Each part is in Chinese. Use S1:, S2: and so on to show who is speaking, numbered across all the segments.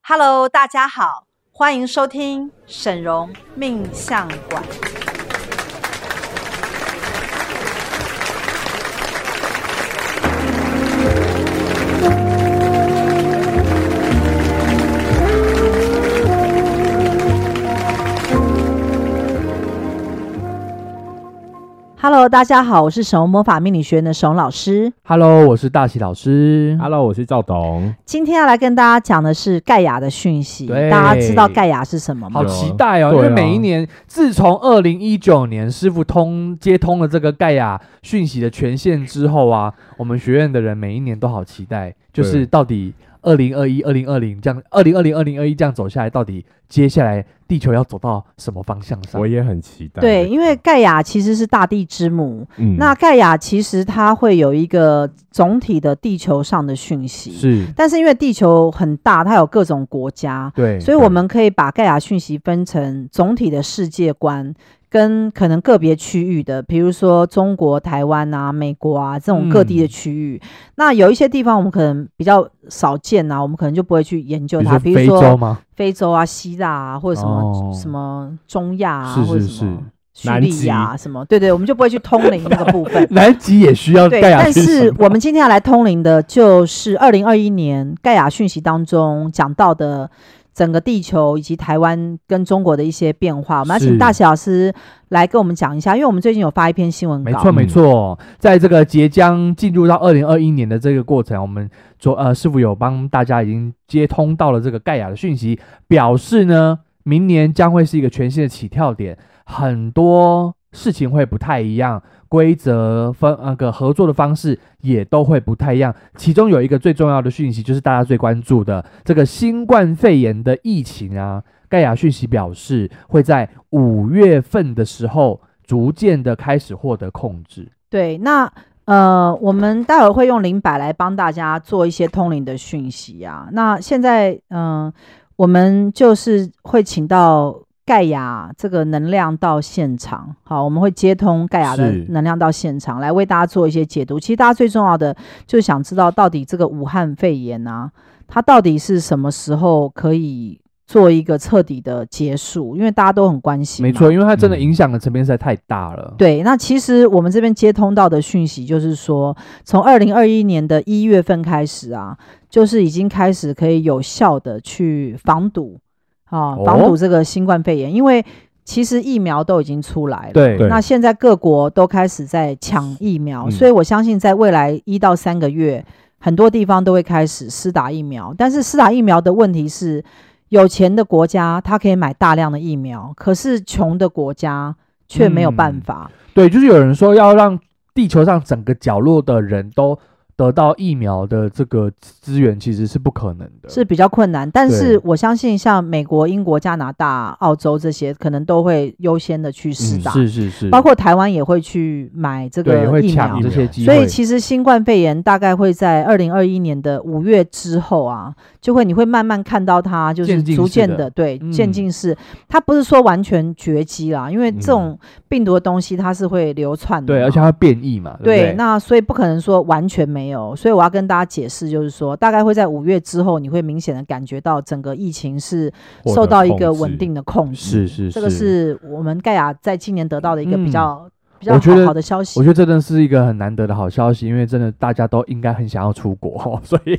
S1: Hello，大家好，欢迎收听沈荣命相馆。Hello，大家好，我是沈荣魔法命理学院的沈荣老师。
S2: Hello，我是大喜老
S1: 嗯
S2: 师。
S3: Hello，我是赵董。
S1: 今天要来跟大家讲的是盖亚的讯息。
S2: 对
S1: 大家知道盖亚是什么吗
S2: 好？期待哦，因
S3: 对啊
S2: 为每一年，自从二零一九年师傅通接通了这个盖亚讯息的权限之后啊，我们学院的人每一年都好期待，就是
S3: 对
S2: 到底二零二一、二零二零这样，二零二零、二零二一这样走下来，到底接下来地球要走到什么方向上
S3: 我？也很期待。
S1: 对，，因为盖亚其实是大地之母。
S3: 嗯
S1: 那盖亚其实它会有一个总体的地球上的讯息，
S2: 是，
S1: 但是因为地球很大，它有各种国家，
S2: 对，
S1: 所以我们可以把盖亚讯息分成总体的世界观。跟可能个别区域的，比如说中国、台湾啊、美国啊这种各地的
S2: 嗯
S1: 区域，那有一些地方我们可能比较少见啊，我们可能就不会去研究它，比如
S2: 比如
S1: 说
S2: 说非洲吗？
S1: 非洲啊、希腊啊，或者什么、
S2: 哦
S1: 什么中亚啊，
S2: 是
S1: 或者
S2: 是。
S1: 什么叙
S3: 南
S1: 利亚啊
S3: 极
S1: 什么，对对，我们就不会去通灵那个部分
S2: 南极也需要
S1: 对，
S2: 盖亚
S1: 但
S2: 讯息
S1: 是
S2: 吗
S1: 我们今天要来通灵的，就是二零二一年盖亚讯息当中讲到的整个地球以及台湾跟中国的一些变化。我们要请
S2: 是
S1: 大喜老师来跟我们讲一下，因为我们最近有发一篇新闻
S2: 没
S1: 稿，
S2: 错，没
S3: 嗯
S2: 错，在这个即将进入到二零二一年的这个过程，我们昨呃师傅有帮大家已经接通到了这个盖亚的讯息，表示呢，明年将会是一个全新的起跳点，很多事情会不太一样，规则分那个、合作的方式也都会不太一样。其中有一个最重要的讯息，就是大家最关注的这个新冠肺炎的疫情啊，盖亚讯息表示会在五月份的时候逐渐的开始获得控制。
S1: 对，那呃，我们待会儿会用灵摆来帮大家做一些通灵的讯息啊。那现在，嗯、我们就是会请到盖亚这个能量到现场，好，我们会接通盖亚的
S2: 是
S1: 能量到现场来为大家做一些解读。其实大家最重要的就是想知道到底这个武汉肺炎啊，它到底是什么时候可以做一个彻底的结束，因为大家都很关心嘛。
S2: 没错，因为它真的
S3: 嗯
S2: 影响的层面实在太大了。
S1: 对，那其实我们这边接通到的讯息就是说，从二零二一年的一月份开始啊，就是已经开始可以有效的去防堵啊，防
S2: 哦
S1: 堵这个新冠肺炎，因为其实疫苗都已经出来了。
S2: 对
S3: 对
S1: 那现在各国都开始在抢疫苗，
S2: 嗯
S1: 所以我相信在未来一到三个月，很多地方都会开始施打疫苗。但是施打疫苗的问题是，有钱的国家它可以买大量的疫苗，可是穷的国家却没有
S2: 嗯
S1: 办法。
S2: 对就是有人说要让地球上整个角落的人都得到疫苗的这个资源，其实是不可能的。
S1: 是比较困难，但是
S2: 对
S1: 我相信像美国、英国、加拿大、澳洲这些，可能都会优先的去施打，
S2: 嗯是是是，
S1: 包括台湾也会去买这
S2: 对也
S1: 个
S2: 会
S1: 疫苗
S2: 抢。这些机
S1: 所以
S2: 会。
S1: 其实新冠肺炎大概会在二零二一年的五月之后啊，就会你会慢慢看到它，就是
S2: 渐进式
S1: 逐渐
S2: 的
S1: 的对
S2: 嗯
S1: 渐进式，它不是说完全绝迹啦，因为这种病毒的东西它是会流窜的嘛，
S2: 对，而且它会变异嘛，对不
S1: 对，那所以不可能说完全没有，所以我要跟大家解释，就是说大概会在五月之后，你会明显的感觉到整个疫情是
S3: 获得
S1: 受到一个
S3: 控制
S1: 稳定的控制。
S2: 是是嗯
S1: 这个是我们盖亚在今年得到的一个比较、比较
S2: 我觉
S1: 好
S2: 得
S1: 好的消息
S2: 我。觉得这真的是一个很难得的好消息，因为真的大家都应该很想要出国、 所以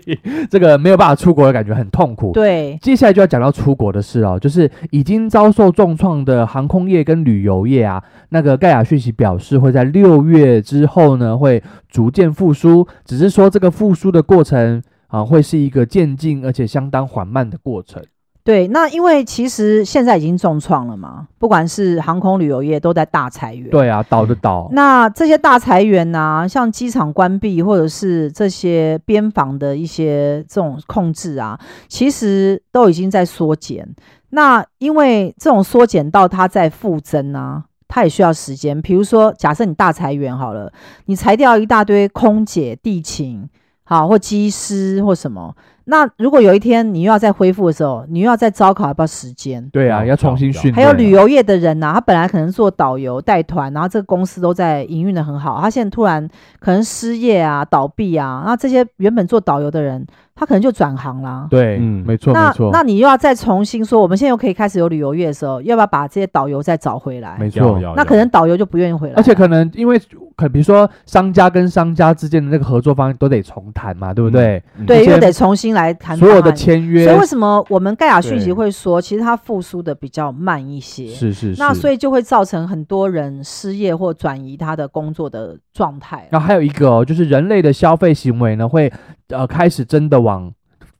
S2: 这个没有办法出国的感觉很痛苦。
S1: 对，
S2: 接下来就要讲到出国的事哦，就是已经遭受重创的航空业跟旅游业啊。那个盖亚讯息表示，会在六月之后呢，会逐渐复苏，只是说这个复苏的过程啊，会是一个渐进而且相当缓慢的过程。
S1: 对，那因为其实现在已经重创了嘛，不管是航空旅游业都在大裁员。
S2: 对啊，倒的倒，
S1: 那这些大裁员呐、像机场关闭或者是这些边防的一些这种控制啊，其实都已经在缩减。那因为这种缩减到它在复增啊，它也需要时间。比如说，假设你大裁员好了，你裁掉一大堆空姐、地勤，好或机师或什么，那如果有一天你又要再恢复的时候，你又要再招考，要不要时间？
S2: 对啊，
S3: 要
S2: 要重新训练。
S1: 还有旅，游业的人呐、他本来可能做导游带团，然后这个公司都在营运的很好，他现在突然可能失业啊、倒闭啊，那这些原本做导游的人，他可能就转行啦。
S2: 对，
S3: 嗯
S2: 没错，没
S1: 那
S2: 错，
S1: 那你又要再重新说，我们现在又可以开始有旅游业的时候，要不要把这些导游再找回来？
S2: 没
S3: 要
S2: 错。
S3: 要
S1: 那
S3: 要
S1: 可能导游就不愿意回来了，
S2: 而且可能因为可比如说商家跟商家之间的那个合作方案都得重谈嘛，对不对？
S3: 嗯
S2: 而
S1: 对
S2: 且
S1: 又得重新来谈
S2: 所有
S1: 方
S2: 的
S1: 案
S2: 签约
S1: 所以为什么我们盖亚讯息
S2: 对
S1: 会说，其实它复苏的比较慢一些？
S2: 是是是，
S1: 那所以就会造成很多人失业或转移他的工作的状态。啊
S2: 然后还有一个哦，就是人类的消费行为呢，会呃开始真的往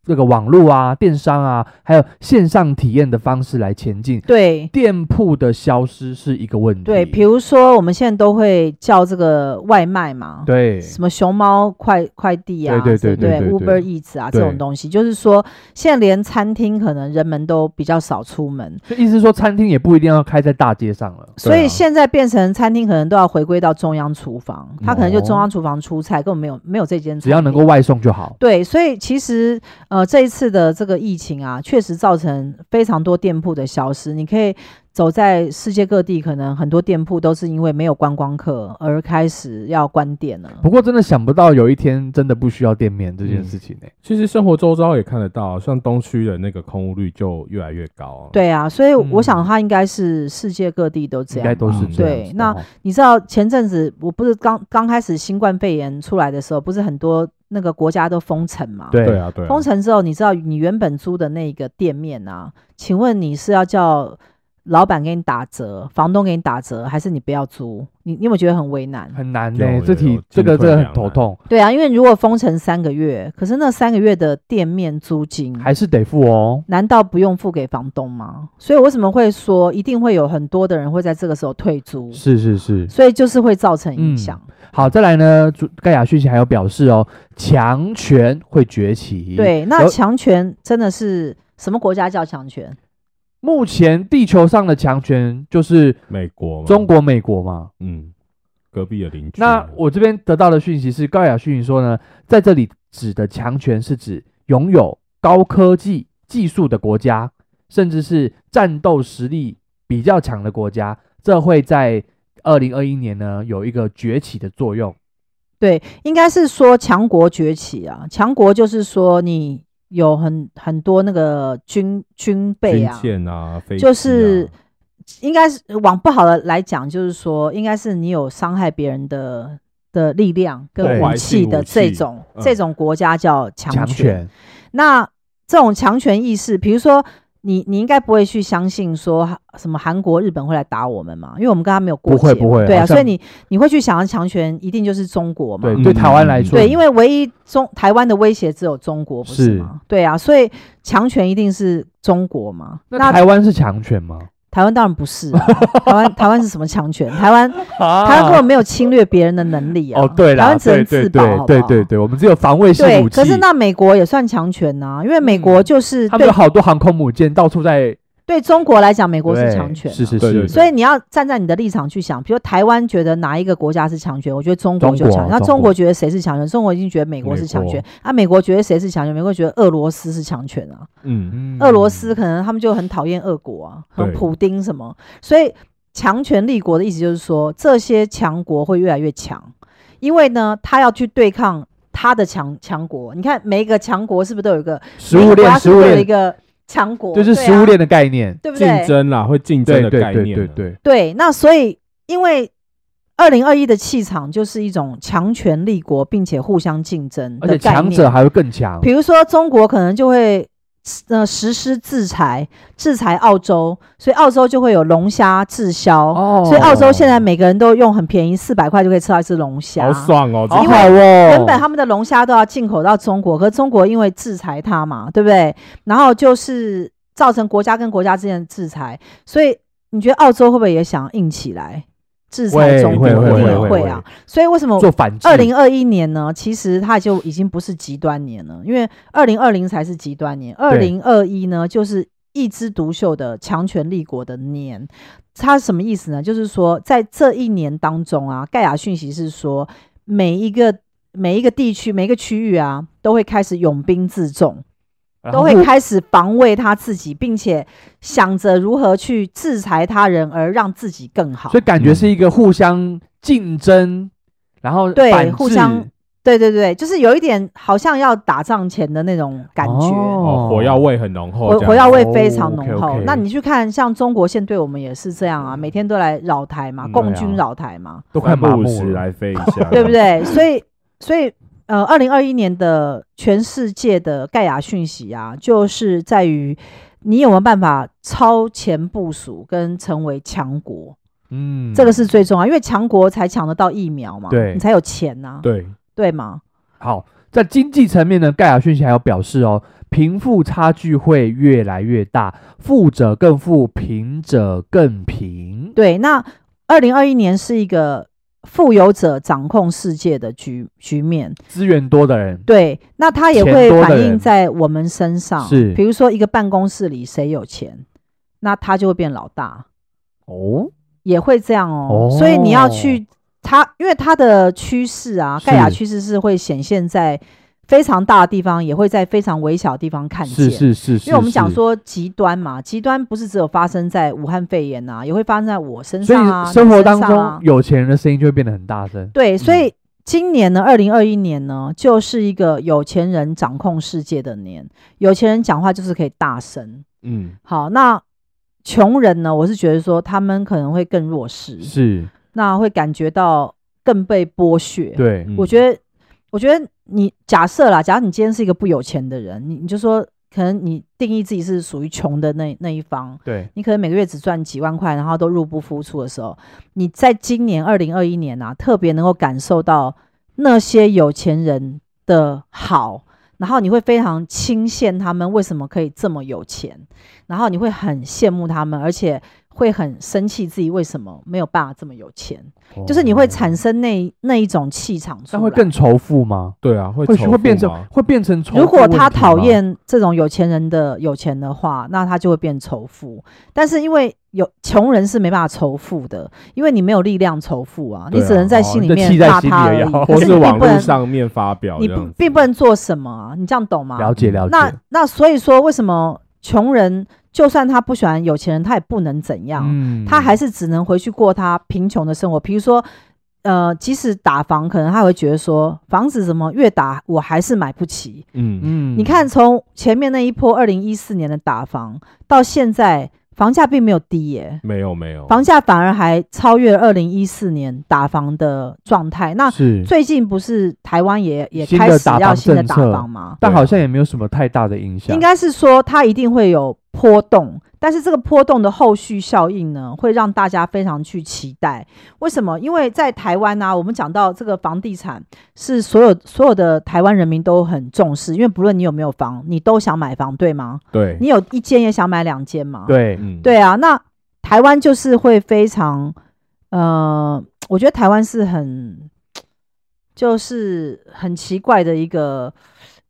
S2: 这个网络啊、电商啊，还有线上体验的方式来前进。
S1: 对
S2: 店铺的消失是一个问题。
S1: 对，比如说我们现在都会叫这个外卖嘛，
S2: 对
S1: 什么熊猫快快递啊，
S2: 对对对
S1: 对
S2: 对对对
S1: Uber Eats 啊这
S2: 对
S1: 种东西，就是说现在连餐厅可能人们都比较少出门，
S2: 就意思是说餐厅也不一定要开在大街上了。
S1: 所
S3: 对啊
S1: 以现在变成餐厅可能都要回归到中央厨房，它可能就中
S2: 哦
S1: 央厨房出菜，根本没有没有这间餐厅，
S2: 只要能够外送就好。
S1: 对，所以其实呃，这一次的这个疫情啊，确实造成非常多店铺的消失。你可以走在世界各地，可能很多店铺都是因为没有观光客而开始要关店了。
S2: 不过真的想不到有一天真的不需要店面这件
S3: 嗯
S2: 事情呢、
S3: 其实生活周遭也看得到，像东区的那个空屋率就越来越高。，
S1: 对啊，所以我
S2: 嗯
S1: 想它应该是世界各地都这
S2: 欸
S1: 样
S2: 应
S1: 吧。
S2: 该都是这样
S1: 对
S2: 子的
S1: 那
S2: 哦
S1: 你知道前阵子我不是刚刚开始新冠肺炎出来的时候，不是很多那个国家都封城嘛？
S2: 对
S3: 对啊，对啊。
S1: 封城之后，你知道你原本租的那个店面啊，请问你是要叫老板给你打折，房东给你打折，还是你不要租？你你有没有觉得很为难？
S2: 很难呢、
S3: 有有
S2: 这题
S3: 有
S2: 这个
S3: 进退
S2: 这个很
S3: 两
S2: 头
S3: 难
S2: 痛，
S1: 对啊，因为如果封城三个月，可是那三个月的店面租金
S2: 还是得付哦。
S1: 难道不用付给房东吗？所以我为什么会说一定会有很多的人会在这个时候退租？
S2: 是嗯是是，
S1: 所以就是会造成影响。
S2: 好，再来呢，主盖亚讯息还有表示哦，强权会崛起。，
S1: 对，那
S2: 有
S1: 强权真的是什么国家叫强权？
S2: 目前地球上的强权就是
S3: 美国嘛，
S2: 中国、美国嘛。
S3: 嗯，隔壁的邻居。啊
S2: 那我这边得到的讯息是，盖亚讯息说呢，在这里指的强权是指拥有高科技技术的国家，甚至是战斗实力比较强的国家，这会在二零二一年呢有一个崛起的作用。
S1: 对，应该是说强国崛起啊，强国就是说你有很很多那个军军备
S3: 军
S1: 啊，
S3: 舰啊，飞
S1: 就
S3: 机啊
S1: 是应该是往不好的来讲，就是说应该是你有伤害别人的。的力量
S2: 对
S1: 跟武
S3: 坏
S1: 器
S3: 性
S1: 的
S3: 武
S1: 这
S3: 器
S1: 种、
S3: 嗯
S1: 这种国家叫
S2: 强
S1: 强权，那这种强权意识，比如说你，你应该不会去相信说哈什么韩国、日本会来打我们嘛，因为我们跟他没有过
S2: 不会
S1: 节
S2: 不会
S1: 对
S2: 好
S1: 啊，
S2: 像
S1: 所以你你会去想要强权一定就是中国嘛，
S2: 对、
S3: 嗯
S2: 对，台湾来
S3: 嗯
S2: 说，
S1: 对因为唯一中台湾的威胁只有中国，不是
S2: 是
S1: 吗？对啊，所以强权一定是中国嘛，
S2: 那台湾是强权吗？
S1: 台湾当然不是、啊，台湾台湾是什么强权？台湾台湾根本没有侵略别人的能力啊，
S2: 哦，对
S1: 台
S2: 啦，
S1: 湾只能
S2: 对对
S1: 自保，
S2: 对
S1: 好不
S2: 对
S1: 好
S2: 对对，我们只有防卫性
S1: 对，
S2: 武器。
S1: 可是那美国也算强权呐、因为美国就是
S2: 他
S1: 对
S2: 们有好多航空母舰到处在，
S1: 对中国来讲，美国是
S2: 对
S1: 强权啊、
S2: 是是
S3: 对
S2: 是，
S3: 对
S1: 所以你要站在你的立场去想，比如台湾觉得哪一个国家是强权，我觉得中国就
S2: 中
S1: 强
S2: 国
S1: 权；
S2: 啊
S1: 那
S2: 中
S1: 中
S2: 国
S1: 国觉得谁是强权？中国已经觉得美国是强权
S3: 美，
S1: 啊，美国觉得谁是强权？美国觉得俄罗斯是强权啊，
S2: 嗯
S3: 嗯，
S1: 俄罗斯可能他们就很讨厌俄国啊，
S3: 对
S1: 很普丁什么，所以强权立国的意思就是说，这些强国会越来越强，因为呢，他要去对抗他的强强国。你看每一个强国是不是都有一个
S2: 食物
S1: 每个国
S2: 链，
S1: 家是
S2: 食
S1: 不是
S2: 物
S1: 都有一
S2: 链
S1: 个强国，
S2: 就是
S1: 对
S2: 食物
S1: 啊，
S2: 链的概念，
S1: 对不对？
S3: 竞争啦，会竞
S2: 对
S3: 争
S2: 对
S3: 的概
S2: 对
S3: 念
S2: 对
S3: 啊。
S2: 对，
S1: 对，那所以因为二零二一的气场就是一种强权立国，并且互相竞争
S2: 而
S1: 的
S2: 且
S1: 概
S2: 强者
S1: 念。
S2: 还会更强
S1: 比，如说中国可能就会呃实施制裁，制裁澳洲，所以澳洲就会有龙虾滞销。
S2: 哦
S1: 所以澳洲现在每个人都用很便宜四百块就可以吃到一只龙虾
S3: 好。爽哦！
S2: 好
S1: 因
S2: 好
S1: 为
S2: 哦，
S1: 原本他们的龙虾都要进口到中国，可是中国因为制裁它嘛，对不对？然后就是造成国家跟国家之间的制裁，所以你觉得澳洲会不会也想硬起来制裁
S2: 会
S1: 中国？
S2: 会
S1: 一
S2: 会
S1: 定也
S2: 会
S1: 会啊！所以为什么
S2: 做反制，
S1: 二零二一年呢？其实它就已经不是极端年了，因为二零二零才是极端年，二零二一呢就是一枝独秀的强权立国的年。它什么意思呢？就是说，在这一年当中啊，盖亚讯息是说，每一个每一个地区、每一个区域啊，都会开始拥兵自重，
S2: 然
S1: 都
S2: 后
S1: 会开始防卫他自己，并且想着如何去制裁他人，而让自己更好
S3: 嗯
S2: 所以。感觉是一个互相竞争，然后
S1: 对
S2: 反
S1: 互
S2: 制
S1: 相对对对，就是有一点好像要打仗前的那种感觉。
S3: 哦，火药味很浓厚这
S1: 火
S3: 样子，
S1: 火药味非
S2: 哦
S1: 常浓厚。
S2: ，OK，OK
S1: 那你去看，像中国现对我们也是这样啊，每天都来扰台嘛，
S2: 嗯
S1: 共
S2: 对啊
S1: 军扰台嘛，
S2: 都快麻
S3: 三不五
S2: 木
S3: 时
S2: 了。
S3: 来飞 一下，
S1: 对不？对？所以，所以，呃，二零二一年的全世界的盖亚讯息啊，就是在于你有没有办法超前部署跟成为强国，
S2: 嗯，
S1: 这个是最重要，因为强国才抢得到疫苗嘛，
S2: 对
S1: 你才有钱呐、
S3: 对，
S1: 对吗？
S2: 好。在经济层面呢，盖亚讯息还有表示哦，贫富差距会越来越大，富者更富，贫者更贫。
S1: 对，那二零二一年是一个富有者掌控世界的局局面。
S2: 资源多的人，
S1: 对，那它也
S2: 钱
S1: 会
S2: 多的
S1: 反映
S2: 人
S1: 在我们身上。
S2: 是
S1: 比如说一个办公室里谁有钱，那他就会变老大，
S2: 哦，
S1: 也会这样哦。所以你要去它，因为它的趋势啊，盖亚
S2: 是
S1: 趋势是会显现在非常大的地方，也会在非常微小的地方看见。
S2: 是是是是，
S1: 因为我们讲
S2: 是，
S1: 说极端嘛，极端不是只有发生在武汉肺炎啊，也会发生在我身
S2: 所
S1: 上啊，
S2: 以生
S1: 你
S2: 活
S1: 身
S2: 当
S1: 上啊
S2: 中有钱人的声音就会变得很大声。
S1: 对，所
S2: 嗯
S1: 以今年呢，二零二一年呢，就是一个有钱人掌控世界的年。有钱人讲话就是可以大声。
S3: 嗯，
S1: 好，那穷人呢，我是觉得说他们可能会更弱势，
S2: 是，
S1: 那会感觉到更被剥削。，
S2: 对，
S3: 嗯
S1: 我觉得，我觉得你假设啦，假如你今天是一个不有钱的人，你你就说，可能你定义自己是属于穷的那那一方，
S2: 对，
S1: 你可能每个月只赚几万块，然后都入不敷出的时候，你在今年二零二一年啊，特别能够感受到那些有钱人的好，然后你会非常倾羡他们为什么可以这么有钱，然后你会很羡慕他们，而且会很生气自己为什么没有办法这么有钱，就是你会产
S2: 生，
S1: 生那那一种气场出
S2: 哦那
S1: 来。
S2: 会更仇富吗？
S3: 对啊，会
S2: 会
S3: 仇
S2: 会变
S3: 富
S2: 成
S3: 吗
S2: 会变成仇富
S1: 如
S2: 问题吗。
S1: 果他讨厌这种有钱人的有钱的话，那他就会变仇富。但是因为有穷人是没办法仇富的，因为你没有力量仇富啊，
S3: 对
S1: 你
S3: 啊
S1: 只能在心里
S2: 哦就
S1: 面
S2: 气在
S1: 骂
S2: 心
S1: 他
S2: 里
S1: 而
S2: 而已
S1: 已。可
S3: 或
S1: 是
S3: 是
S1: 你并
S3: 网
S1: 不
S3: 络
S1: 能，
S3: 上面发表
S1: 你
S3: 这
S1: 不
S3: 样子，
S1: 并不能做什么啊，你这样懂吗？
S2: 了解了解，
S1: 那那所以说，为什么穷人就算他不喜欢有钱人，他也不能怎样？
S2: 嗯
S1: 他还是只能回去过他贫穷的生活。比如说，呃，即使打房，可能他会觉得说，房子怎么越打我还是买不起。
S3: 嗯，
S2: 嗯
S1: 你看，从前面那一波二零一四年的打房到现在，房价并没有低耶、
S3: 没有没有，
S1: 房价反而还超越二零一四年打房的状态。那
S2: 是，
S1: 啊最近不是台湾也也
S2: 新的
S1: 开始
S2: 打
S1: 要
S2: 房
S1: 新的
S2: 政
S1: 打
S2: 策
S1: 房吗？
S2: 但好像也没有什么太大的影响。
S1: 应该是说它一定会有波动，但是这个波动的后续效应呢，会让大家非常去期待。为什么？因为在台湾呢、我们讲到这个房地产是所有所有的台湾人民都很重视，因为不论你有没有房，你都想买房，对吗？
S3: 对，
S1: 你有一间也想买两间嘛？
S2: 对，
S3: 嗯，
S1: 对啊，那台湾就是会非常，呃，我觉得台湾是很，就是很奇怪的一个，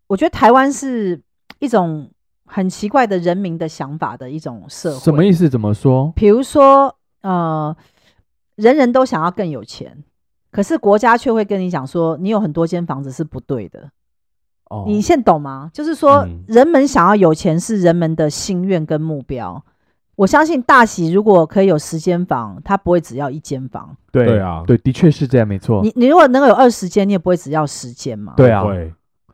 S1: 我觉得台湾是一种很奇怪的人民的想法的一种社会。
S2: 什么意
S1: 思？
S2: 思？怎么说？
S1: 比如说，呃，人人都想要更有钱。可是国家却会跟你讲说，你有很多间房子是不对的。
S2: 哦
S1: 你现在懂吗？就是说
S3: 嗯，
S1: 人们想要有钱是人们的心愿跟目标。我相信大喜如果可以有十间房，他不会只要一间房。
S2: 对
S3: 对啊
S2: 对，的确是这样，没错。
S1: 你你如果能够有二十间，你也不会只要十间嘛，
S2: 哦对啊，
S3: 会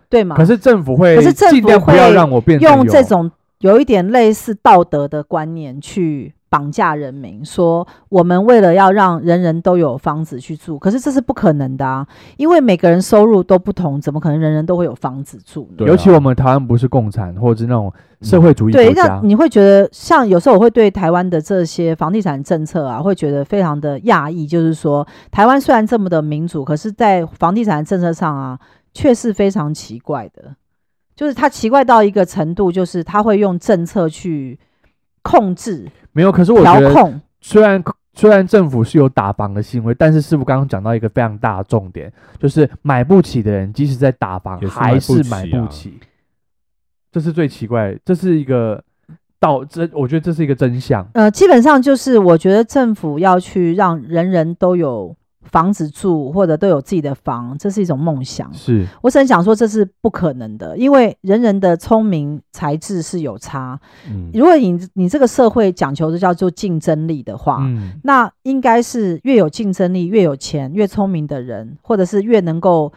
S1: 对吗？
S2: 可是政府会，
S1: 可是政府
S2: 尽量不要
S1: 会
S2: 让我变成
S1: 用
S2: 有
S1: 这种有一点类似道德的观念去绑架人民，说我们为了要让人人都有房子去住，可是这是不可能的啊，因为每个人收入都不同，怎么可能人人都会有房子住呢？
S3: 对啊
S2: 尤其我们台湾不是共产或者是那种社会主义
S1: 对，
S2: 国
S1: 那
S2: 家，
S1: 你会觉得，像有时候我会对台湾的这些房地产政策啊，会觉得非常的讶异。就是说，台湾虽然这么的民主，可是，在房地产政策上啊，却是非常奇怪的。就是它奇怪到一个程度，就是它会用政策去控制、
S2: 没有。可是我
S1: 调
S2: 觉得，
S1: 控。
S2: 虽然虽然政府是有打房的行为，但是师傅刚刚讲到一个非常大的重点，就是买不起的人，即使在打房
S3: 也是
S2: 还是买
S3: 买
S2: 不
S3: 不
S2: 起
S3: 起，啊
S2: 这是最奇怪，这是一个道真，我觉得这是一个真相。
S1: 呃，基本上就是我觉得政府要去让人人都有房子住，或者都有自己的房，这是一种梦想。
S2: 是
S1: 我只能讲说这是不可能的，因为人人的聪明才智是有差。
S3: 嗯
S1: 如果你你这个社会讲求的叫做竞争力的话，
S2: 嗯，
S1: 那应该是越有竞争力、越有钱、越聪明的人，或者是越能够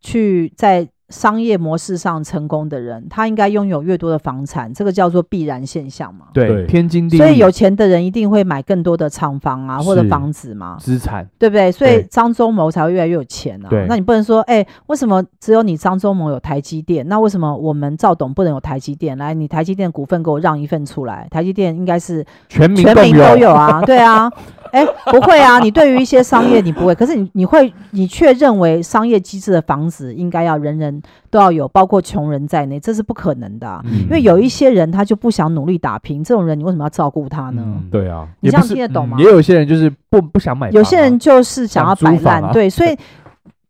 S1: 去在商业模式上成功的人，他应该拥有越多的房产，这个叫做必然现象嘛。
S2: 对
S3: 对
S2: 天经地义，
S1: 所以有钱的人一定会买更多的厂房啊，或者
S2: 是
S1: 房子嘛，
S2: 资产，
S1: 对不对？所以
S2: 对
S1: 张忠谋才会越来越有钱啊
S2: 对。
S1: 那你不能说，哎、为什么只有你张忠谋有台积电？那为什么我们赵董不能有台积电？来，你台积电股份给我让一份出来，台积电应该是
S2: 全民
S1: 全
S2: 共
S1: 民都有啊，对啊。 哎、不会啊，你对于一些商业你不会，可是你你会，你却认为商业机制的房子应该要人人都要有，包括穷人在内，这是不可能的啊、
S2: 嗯
S1: 因为有一些人他就不想努力打拼，这种人你为什么要照顾他呢？
S2: 嗯
S3: 对啊，
S1: 你
S2: 也
S1: 这
S2: 不
S1: 样
S2: 是
S1: 听得懂吗
S2: 嗯也有些人就是不不想买房啊，
S1: 有些人就是想要
S2: 想
S1: 摆
S2: 租
S1: 烂，
S2: 房啊
S1: 对，所以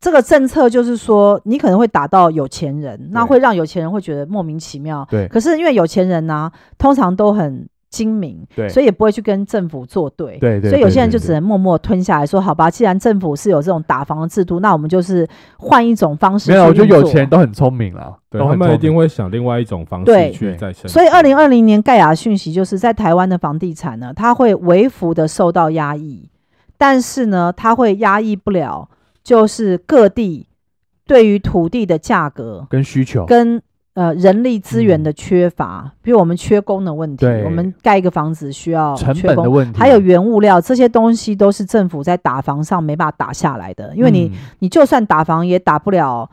S1: 这个政策就是说，你可能会打到有钱人，那
S2: 对
S1: 会让有钱人会觉得莫名其妙。
S2: 对
S1: 可是因为有钱人呢、通常都很精明，
S2: 对
S1: 所以也不会去跟政府作对。
S2: 对对，
S1: 所以有些人
S2: 对
S1: 就只能默默吞下来说：“好吧，既然政府是有这种打房的制度，那我们就是换一种方式。”
S2: 没有，我觉得有钱人。都很聪明啦，
S3: 对
S2: 都
S3: 他
S2: 很
S3: 们一
S2: 聪
S3: 定
S2: 明。
S3: 会想另外一种方
S1: 对
S3: 式去再生。
S1: 所以，二零二零年盖亚讯息就是在台湾的房地产呢，它会微幅的受到压抑，但是呢，它会压抑不了，就是各地对于土地的价格
S2: 跟需求，
S1: 跟呃人力资源的缺乏，比如我们缺工的问题
S2: 嗯对，
S1: 我们盖一个房子需要
S2: 成
S1: 缺
S2: 本的
S1: 工，
S2: 问题，啊
S1: 还有原物料这些东西都是政府在打房上没办法打下来的，因为你、
S2: 嗯
S1: 你就算打房也打不了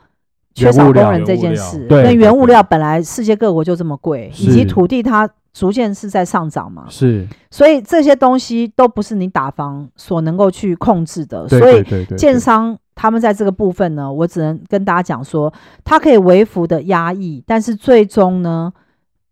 S1: 缺
S2: 原
S1: 少
S2: 物料
S1: 工人这
S3: 原
S1: 件
S3: 物料
S1: 事。
S2: 对
S1: 那
S3: 对
S1: 原物
S3: 对
S1: 料本来世界各国就这么贵，以及
S2: 是
S1: 土地它逐渐是在上涨嘛，
S2: 嗯是
S1: 所以这些东西都不是你打房所能够去控制的。所
S2: 对对
S1: 以
S2: 对对
S1: 建商他们在这个部分呢，我只能跟大家讲说，它可以微幅的压抑，但是最终呢。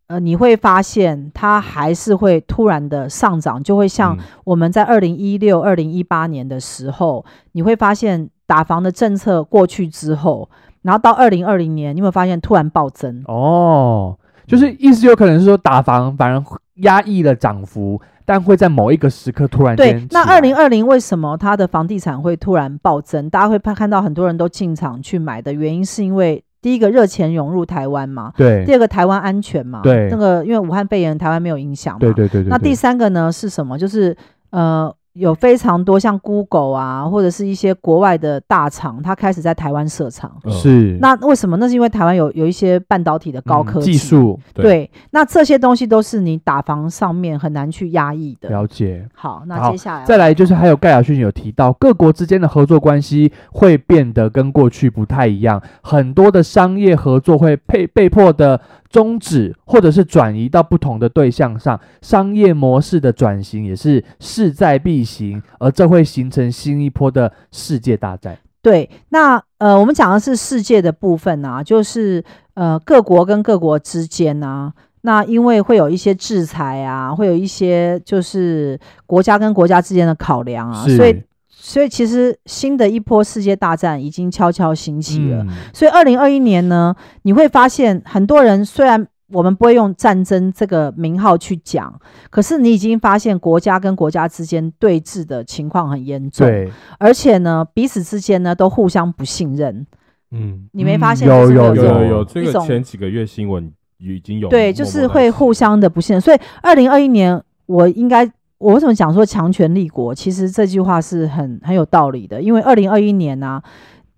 S1: 呃，你会发现它还是会突然的上涨，就会像
S3: 嗯
S1: 我们在二零一六、二零一八年的时候，你会发现打房的政策过去之后，然后到二零二零年，你有没有发现突然暴增？
S2: 哦，就是意思有可能是说打房反而压抑了涨幅，但会在某一个时刻突然
S1: 对
S2: 间，
S1: 那
S2: 起
S1: 二
S2: 来
S1: 零二零为什么它的房地产会突然暴增？大家会看看到很多人都进场去买的原因，是因为第一个热钱涌入台湾嘛，
S2: 对
S1: 第二个台湾安全嘛，
S2: 对
S1: 那个因为武汉肺炎台湾没有影响嘛，
S2: 对对对对，
S1: 那
S2: 对
S1: 第三个呢是什么？就是呃，有非常多像 Google 啊，或者是一些国外的大厂，它开始在台湾设厂。
S3: 嗯
S2: 是
S1: 那为什么？那是因为台湾有有一些半导体的高
S2: 嗯
S1: 科技,、
S2: 技。术
S3: 对
S1: 对，那这些东西都是你打房上面很难去压抑的。
S2: 了解。
S1: 好，那
S2: 好
S1: 接下来
S2: 再来就是还有盖亚逊有提到，各国之间的合作关系会变得跟过去不太一样，很多的商业合作会被被迫的终止，或者是转移到不同的对象上，商业模式的转型也是势在必行，而这会形成新一波的世界大战。
S1: 对，那呃，我们讲的是世界的部分啊，就是呃，各国跟各国之间啊，那因为会有一些制裁啊，会有一些就是国家跟国家之间的考量啊，
S2: 是
S1: 所以所以其实新的一波世界大战已经悄悄兴起了。
S2: 嗯
S1: 所以二零二一年呢，你会发现很多人虽然我们不会用战争这个名号去讲，可是你已经发现国家跟国家之间对峙的情况很严重。
S2: 对，
S1: 而且呢，彼此之间呢都互相不信任，
S3: 嗯，
S1: 你没发现就是
S2: 嗯
S1: 会
S2: 有
S3: 有
S1: 这种
S3: 有有，这
S1: 一
S3: 个
S1: 种
S3: 前几个月新闻已经有
S1: 对，就是会互相的不信任。所以，二零二一年我应该，我为什么讲说强权立国？其实这句话是很很有道理的，因为二零二一年呢、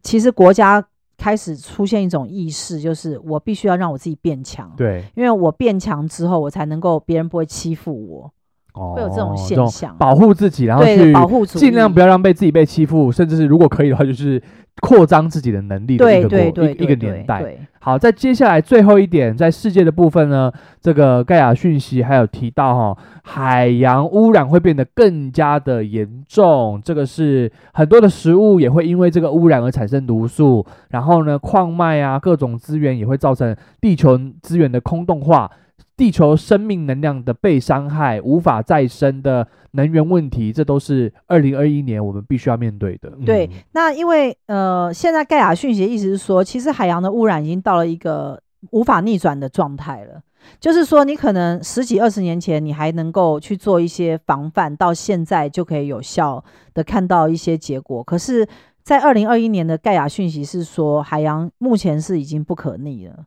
S1: 其实国家开始出现一种意识，就是我必须要让我自己变强。
S2: 对，
S1: 因为我变强之后，我才能够别人不会欺负我，
S2: 会
S1: 会有这种现象
S2: 哦保护自己，然后
S1: 对
S2: 去
S1: 保护主义，
S2: 尽量不要让被自己被欺负，甚至是如果可以的话，就是扩张自己的能力的一
S1: 对
S2: 个
S1: 对
S2: 国
S1: 对
S2: 一一个
S1: 对
S2: 年代。
S1: 对
S2: 好，在接下来最后一点，在世界的部分呢，这个盖亚讯息还有提到哈、海洋污染会变得更加的严重，这个是很多的食物也会因为这个污染而产生毒素，然后呢，矿脉啊，各种资源也会造成地球资源的空洞化。地球生命能量的被伤害、无法再生的能源问题，这都是二零二一年我们必须要面对的。
S1: 对，
S3: 嗯
S1: 那因为呃，现在盖亚讯息的意思是说，其实海洋的污染已经到了一个无法逆转的状态了。就是说，你可能十几二十年前你还能够去做一些防范，到现在就可以有效的看到一些结果。可是，在二零二一年的盖亚讯息是说，海洋目前是已经不可逆了。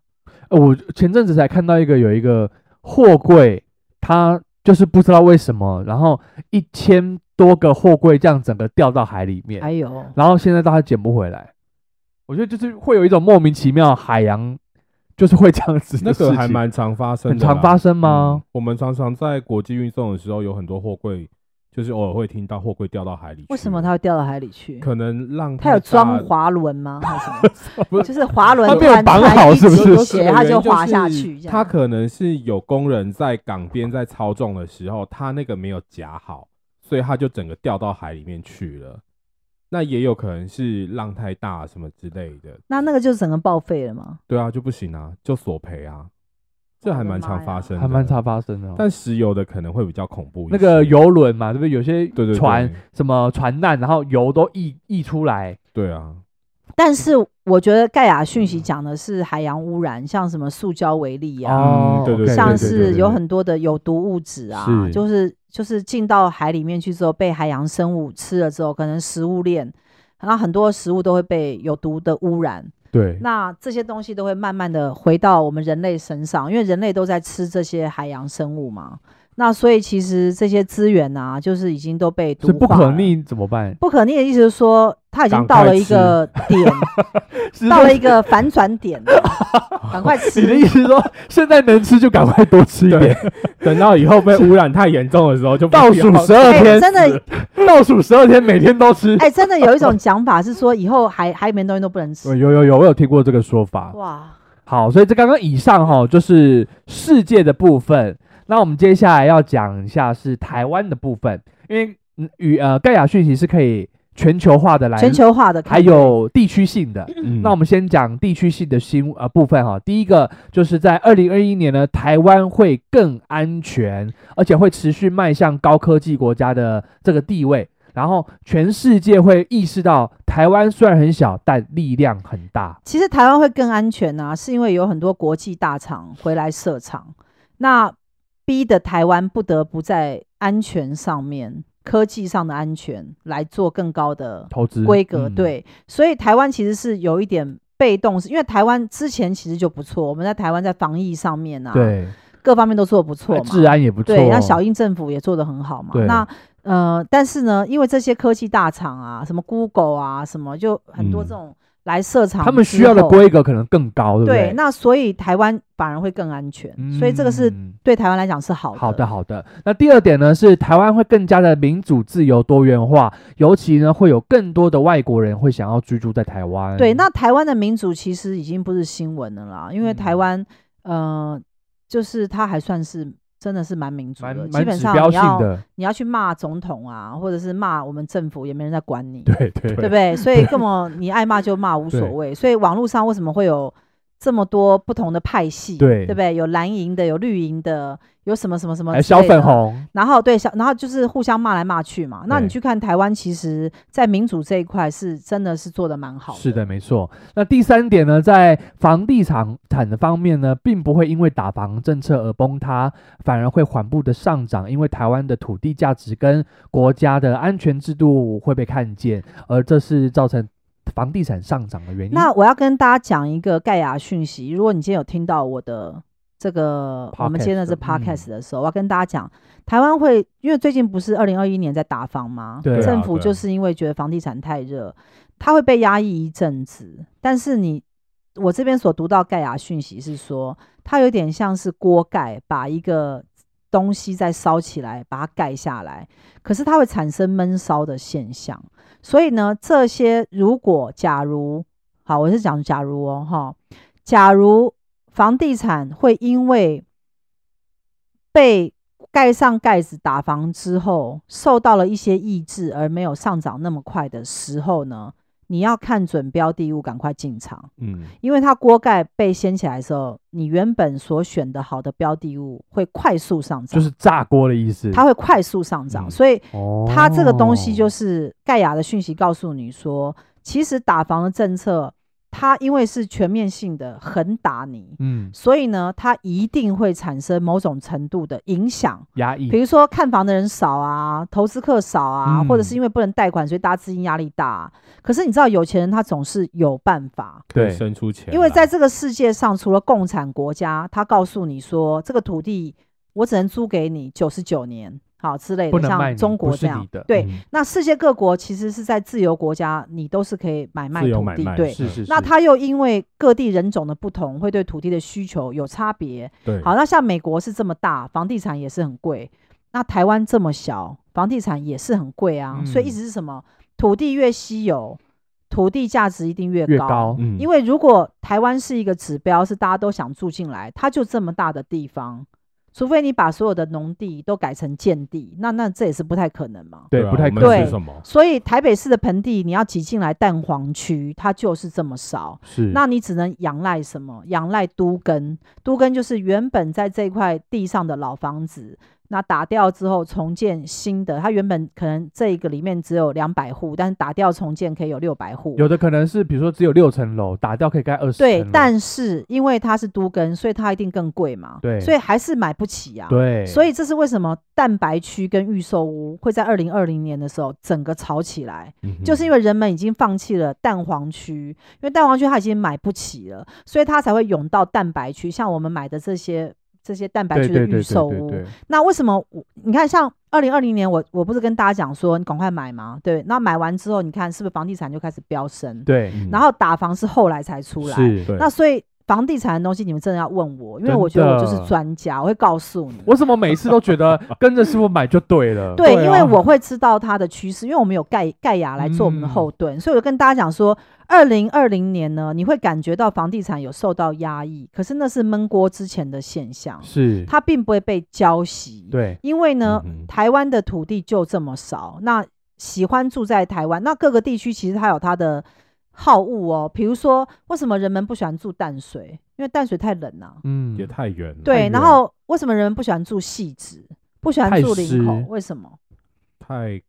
S2: 呃，我前阵子才看到一个有一个货柜，它就是不知道为什么，然后一千多个货柜这样整个掉到海里面，
S1: 还有，
S2: 然后现在到它捡不回来，我觉得就是会有一种莫名其妙海洋，就是会这样子的
S3: 那
S2: 事
S3: 个还
S2: 情
S3: 蛮常发生
S2: 很
S3: 的啦，
S2: 常发生吗
S3: 嗯？我们常常在国际运送的时候，有很多货柜，就是偶尔会听到货柜掉到海里去。
S1: 为什么它会掉到海里去？
S3: 可能浪
S1: 它有
S3: 太大
S1: 装滑轮吗？还是什
S3: 不
S1: 么？
S3: 是
S1: 就是滑轮
S2: 它
S1: 突
S2: 没有
S1: 然
S2: 绑
S1: 穿
S2: 好
S1: 一
S2: 是不
S1: 起
S2: 是
S3: 有
S1: 斜，它就滑下去。这
S3: 它
S1: 样
S3: 可能是有工人在港边在操纵的时候，他那个没有夹好，所以他就整个掉到海里面去了。那也有可能是浪太大什么之类的，
S1: 那那个就整个报废了吗？
S3: 对啊，就不行啊，就索赔啊，这还蛮常发生的，
S2: 还蛮。常发生的哦、
S3: 但石油的可能会比较恐怖一些，
S2: 那个游轮嘛，对不对？有些
S3: 对对对
S2: 船什么船难，然后油都溢溢出来，
S3: 对啊，
S1: 但是我觉得盖亚讯息讲的是海洋污染，像什么塑胶为例啊，
S2: 哦
S3: 嗯对对对
S1: 像
S3: 对对
S1: 是
S3: 对
S1: 有很多的有毒物质啊，
S3: 是
S1: 就是就是进到海里面去之后，被海洋生物吃了之后，可能食物链，然后很多食物都会被有毒的污染，
S3: 对
S1: 那这些东西都会慢慢的回到我们人类身上，因为人类都在吃这些海洋生物嘛。那所以其实这些资源啊，就是已经都被毒
S2: 所以不
S1: 化
S2: 可
S1: 了。
S2: 逆怎么办？
S1: 不可逆的意思是说，它已经
S3: 赶
S1: 到
S3: 快
S1: 了一
S3: 吃
S1: 个点，
S2: 是
S1: 到了一个反转点了，赶快吃。
S2: 你的意思是说，现在能吃就赶快多吃一
S3: 对
S2: 点，，
S3: 等到以后被污染太严重的时候，就不
S2: 倒
S3: 要
S2: 数十二
S1: 哎
S2: 天，
S1: 真的，
S2: 倒数十二天每天都吃。
S1: 哎、真的有一种讲法是说，以后海海里面的东西都不能
S2: 有
S1: 吃。
S2: 有有，我有听过这个说法。
S1: 哇，
S2: 好，所以这刚刚以上哈、就是世界的部分。那我们接下来要讲一下是台湾的部分，因为嗯与呃盖亚讯息是可以全球化的来，
S1: 全球化的
S2: 还
S1: 看法
S2: 有地区性的。
S3: 嗯
S2: 那我们先讲地区性的新呃部分哈，第一个就是在二零二一年呢，台湾会更安全，而且会持续迈向高科技国家的这个地位，然后全世界会意识到台湾虽然很小，但力量很大。
S1: 其实台湾会更安全啊，是因为有很多国际大厂回来设厂，那逼得台湾不得不在安全上面、科技上的安全来做更高的
S2: 投资
S1: 规格。
S2: 嗯，
S1: 对，所以台湾其实是有一点被动，是因为台湾之前其实就不错，我们在台湾在防疫上面啊，
S2: 对，哎
S1: 各方面都做得不错嘛，
S2: 治安也不错。
S1: 对，那小英政府也做得很好嘛
S2: 对。
S1: 那呃，但是呢，因为这些科技大厂啊，什么 Google 啊，什么就很多
S3: 嗯
S1: 这种来设厂之后、
S2: 他们需要的规格可能更高，对不
S1: 对，那所以台湾反而会更安全，所以这个是
S2: 嗯
S1: 对台湾来讲是好的。
S2: 好的，好的。那第二点呢，是台湾会更加的民主、自由、多元化，尤其呢会有更多的外国人会想要居住在台湾。
S1: 对，那台湾的民主其实已经不是新闻了啦，因为
S2: 嗯
S1: 台湾、呃，就是它还算是真的是蛮民主
S2: 蛮
S1: 的，基
S2: 蛮
S1: 本
S2: 指
S1: 上
S2: 标
S1: 你
S2: 性
S1: 要
S2: 的，
S1: 你要去骂总统啊，或者是骂我们政府，也没人在管你。
S2: 对对
S1: 对不对？所以根本你爱骂就骂，无所
S2: 对
S1: 谓。所以网络上为什么会有这么多不同的派系？
S2: 对
S1: 对不对？有蓝营的，有绿营的，有什么什么什么，
S2: 还有哎小粉。红，
S1: 然后对小，然后就是互相骂来骂去嘛。那你
S2: 对
S1: 去看台湾，其实在民主这一块是真的是做的蛮好
S2: 是的，没错。那第三点呢，在房地产产的方面呢，并不会因为打房政策而崩塌，反而会缓步的上涨，因为台湾的土地价值跟国家的安全制度会被看见，而这是造成房地产上涨的原因。
S1: 那我要跟大家讲一个盖亚讯息。如果你今天有听到我的这个我们今天的这
S2: Podcast，嗯
S1: podcast 的时候，我要跟大家讲，台湾会因为最近不是二零二一年在打房吗？
S2: 对啊
S1: 政府
S3: 对啊
S1: 就是因为觉得房地产太热，它会被压抑一阵子。但是你我这边所读到盖亚讯息是说，它有点像是锅盖把一个。东西再烧起来，把它盖下来，可是它会产生闷烧的现象。所以呢，这些如果假如好，我是讲假如哦哈，假如房地产会因为被盖上盖子打房之后，受到了一些抑制而没有上涨那么快的时候呢，你要看准标的物，赶快进场，
S3: 嗯，
S1: 因为它锅盖被掀起来的时候，你原本所选的好的标的物会快速上涨，
S2: 就是炸锅的意思。
S1: 它会快速上涨，
S3: 嗯
S1: 所以
S2: 哦
S1: 它这个东西就是盖亚的讯息告诉你说，其实打房的政策，它因为是全面性的横打你，
S2: 嗯
S1: 所以呢，它一定会产生某种程度的影响。
S2: 压抑
S1: 比，如说看房的人少啊，投资客少啊，
S2: 嗯
S1: 或者是因为不能贷款，所以大家资金压力大啊、可是你知道，有钱人他总是有办法，
S3: 可以
S2: 对啊
S3: 生出钱来，
S1: 因为在这个世界上，除了共产国家，他告诉你说这个土地我只能租给你九十九年，好之类
S2: 不
S1: 的，
S2: 能卖
S1: 像
S2: 你
S1: 中国
S2: 不
S1: 这
S2: 是
S1: 样
S2: 你的，
S1: 对。
S2: 嗯
S1: 那世界各国其实是在自由国家，你都是可以买卖
S3: 自由
S1: 土
S3: 买
S1: 地，
S3: 卖
S1: 对。
S2: 是是是
S1: 那它又因为各地人种的不同，会对土地的需求有差别。
S3: 对，
S1: 好，那像美国是这么大，房地产也是很贵。那台湾这么小，房地产也是很贵啊。所以一
S2: 嗯
S1: 直是什么，土地越稀有，土地价值一定越
S2: 越高，
S3: 嗯，
S1: 因为如果台湾是一个指标，是大家都想住进来，它就这么大的地方，除非你把所有的农地都改成建地，那那这也是不太可能嘛。
S2: 对
S3: 啊
S2: 不太
S3: 我
S2: 可
S3: 们
S1: 能
S3: 是什么？
S1: 所以台北市的盆地，你要挤进来蛋黄区，它就是这么少。
S2: 是
S1: 那你只能仰赖什么？仰赖都根，都根就是原本在这块地上的老房子，那打掉之后重建新的。它原本可能这个里面只有两百户，但是打掉重建可以有六百户。
S2: 有的可能是比如说只有六层楼，打掉可以盖二十层
S1: 对
S2: 楼，，
S1: 但是因为它是都根，所以它一定更贵嘛。
S2: 对
S1: 所以还是买不起啊。
S2: 对，
S1: 所
S2: 以
S1: 以这是为什么蛋白区跟预售屋会在二零二零年的时候整个炒起来，
S2: 嗯
S1: 就是因
S3: 为
S1: 为人们已经放弃了蛋黄区，因为蛋黄区它已经买不起了，所以它才会涌到蛋白区，像我们买的这些这些蛋白
S2: 对
S1: 区的
S2: 对
S1: 预
S2: 对
S1: 售
S2: 对对
S1: 屋。
S2: 对，
S1: 那为什么我你看像二零二零年我我不是跟大家讲说你赶快买吗？对，那买完之后你看是不是房地产就开始飙升？
S2: 对
S3: 嗯
S1: 然后打房是后来才出来，
S2: 是。
S3: 对
S1: 那所以房地产的东西，你们真的要问我，因为
S2: 真
S1: 我觉得我就
S2: 的
S1: 是专家，我会告诉你。
S2: 我怎么每次都觉得跟着师傅买就对了？
S1: 对，
S3: 对
S1: 因为
S3: 啊
S1: 我会知道它的趋势，因为我们有盖盖亚来做我们的
S2: 嗯
S1: 后盾，所以我就跟大家讲说，二零二零年呢，你会感觉到房地产有受到压抑，可是那是闷锅之前的现象，
S2: 是，
S1: 它并不会被浇熄。，
S2: 对，
S1: 因为呢，
S3: 嗯哼
S1: 台湾的土地就这么少，那喜欢住在台湾，那各个地区其实它有它的好恶哦，比如说为什么人们不喜欢住淡水？因为淡水太冷啊。
S2: 嗯，
S3: 也太远了，
S1: 对，然
S2: 远
S1: 后为什么人们不喜欢住细致，不喜
S2: 太
S1: 欢住林口
S2: 湿？
S1: 为什么？
S3: 太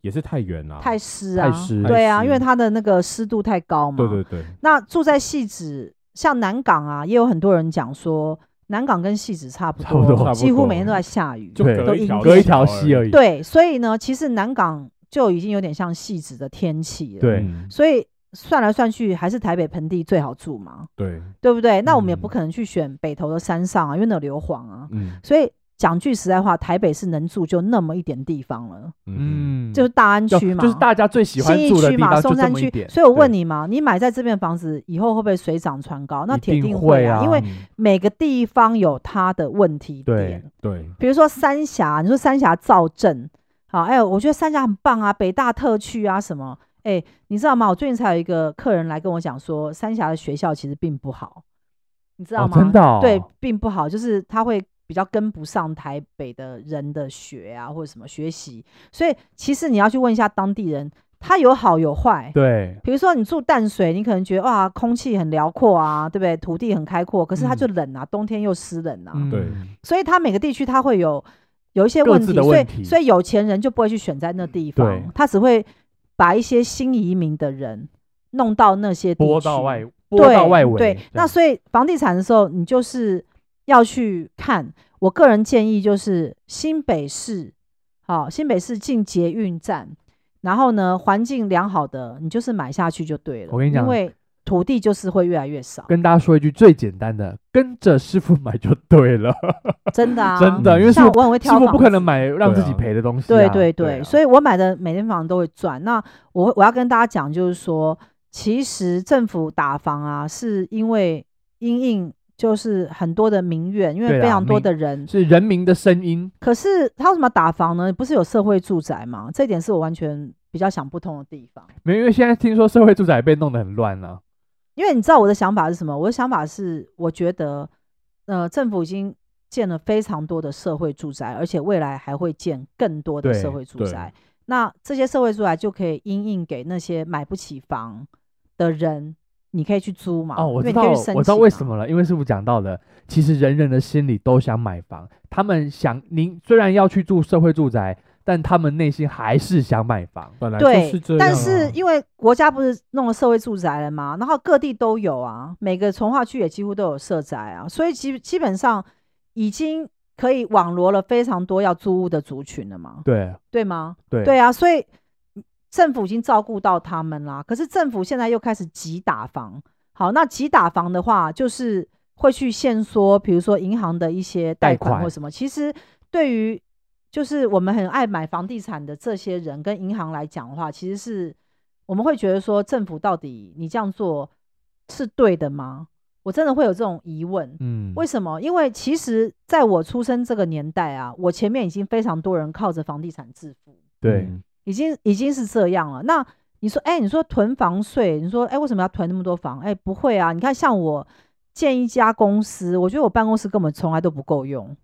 S3: 也是太远了，
S1: 太湿啊，
S2: 太湿
S1: 对啊，
S3: 太湿
S1: 因为它的那个湿度太高嘛。
S3: 对对对，
S1: 那住在细致，像南港啊，也有很多人讲说，南港跟细致差不
S2: 差不多
S3: 差不
S1: 几乎
S3: 多
S1: 每天都在下雨。
S3: 就
S2: 对
S3: 隔一条
S1: 都
S2: 隔一条溪
S3: 溪
S2: 而
S3: 已。
S2: 已。
S1: 对，所以呢，其实南港就已经有点像细致的天气了。
S2: 对
S3: 嗯
S1: 所以算来算去，还是台北盆地最好住嘛，
S3: 对，
S1: 对不对？那我们也
S3: 嗯
S1: 不可能去选北投的山上啊，因为那有硫磺啊。
S3: 嗯
S1: 所以讲句实在话，台北是能住就那么一点地方了，
S3: 嗯
S2: 嗯，
S1: 就是大安
S2: 就
S1: 区嘛，
S2: 就是大家最喜欢
S1: 信义
S2: 住的
S1: 区
S2: 地
S1: 嘛，
S2: 方，就
S1: 松
S2: 这
S1: 山
S2: 么一
S1: 区
S2: 点。。
S1: 所以我问
S2: 对
S1: 你嘛，你买在这边房子以后会不会水涨船高？那
S2: 一
S1: 铁
S2: 定
S1: 会
S2: 会啊
S1: 因为
S3: 嗯
S1: 每个地方有它的问题点
S2: 对。
S3: 对，
S1: 比如说三峡，你说三峡造镇，好，哎呦，我觉得三峡很棒啊，北大特区啊什么，哎，你知道吗？我最近才有一个客人来跟我讲说，三峡的学校其实并不好，你知道
S2: 哦
S1: 吗？
S2: 真的哦
S1: 对，并不好，就是他会比较跟不上台北的人的学啊，或者什么学习，所以其实你要去问一下当地人，他有好有坏。
S2: 对，
S1: 比如说你住淡水，你可能觉得哇，空气很辽阔啊，对不对？土地很开阔，可是它就冷啊，冬天又湿冷啊。
S2: 嗯
S3: 对
S1: 所以它每个地区它会有有一些
S2: 各
S1: 问
S2: 自
S1: 题，
S2: 的
S1: 所
S2: 问
S1: 以
S2: 题
S1: 所以有钱人就不会去选在那地方
S2: 对，
S1: 他只会把一些新移民的人弄到那些地
S2: 拨
S1: 区
S2: 到外拨
S1: 对
S2: 到外围。
S1: 对，那所以房地产的时候，你就是要去看。我个人建议就是新北市，好、新北市近捷运站，然后呢环境良好的，你就是买下去就对了。
S2: 我跟你讲
S1: 因为土地就是会越来越少，
S2: 跟大家说一句最简单的，跟着师傅买就对了，
S1: 真的啊，
S2: 真的，因为师
S1: 像
S2: 傅
S1: 我很会挑
S2: 师傅
S1: 房
S2: 不
S1: 子，
S2: 可能买让自己
S3: 对啊
S2: 赔的东西嗯啊。
S1: 对对对，
S2: 啊
S1: 所以我买的每间房都会赚。那我我要跟大家讲，就是说，其实政府打房啊，是因为因应就是很多的民怨，因为
S2: 对啊
S1: 非常多
S2: 民
S1: 的人。
S2: 是人民的声音。
S1: 可是他为什么打房呢？不是有社会住宅吗？这一点是我完全比较想不通的地方。
S2: 没有，因为现在听说社会住宅被弄得很乱了、
S1: 因为你知道我的想法是什么？我的想法是，我觉得，呃，政府已经建了非常多的社会住宅，而且未来还会建更多的
S2: 对
S1: 社会住
S3: 对
S1: 宅。那这些社会住宅就可以因应给那些买不起房的人，你可以去租嘛？
S2: 哦，我
S1: 因为
S2: 知
S1: 你可
S2: 道
S1: 以去申，
S2: 我知道
S1: 请啊
S2: 为
S1: 嘛
S2: 什么了，因为师傅讲到的，其实人人的心里都想买房，他们想您虽然要去住社会住宅，但他们内心还是想买房。
S3: 本来就
S1: 对，
S3: 是这样啊，
S1: 但是因为国家不是弄了社会住宅了吗？然后各地都有啊，每个从化区也几乎都有社宅啊，所以基基本上已经可以网罗了非常多要租屋的族群了嘛，
S2: 对
S1: 对吗？
S2: 对
S1: 对啊，所以政府已经照顾到他们啦。可是政府现在又开始急打房，好，那急打房的话，就是会去限缩，比如说银行的一些贷
S2: 贷
S1: 款
S2: 款
S1: 或什么。其实对于就是我们很爱买房地产的这些人跟银行来讲的话，其实是我们会觉得说，政府到底你这样做是对的吗？我真的会有这种疑问。
S2: 嗯，
S1: 为什么？因为其实在我出生这个年代啊，我前面已经非常多人靠着房地产致富，
S2: 对，
S3: 嗯
S1: 已经已经是这样了。那你说，哎、你说囤房税，你说，哎、为什么要囤那么多房？哎、不会啊，你看像我。建一家公司，我觉得我办公室根本从来都不够用，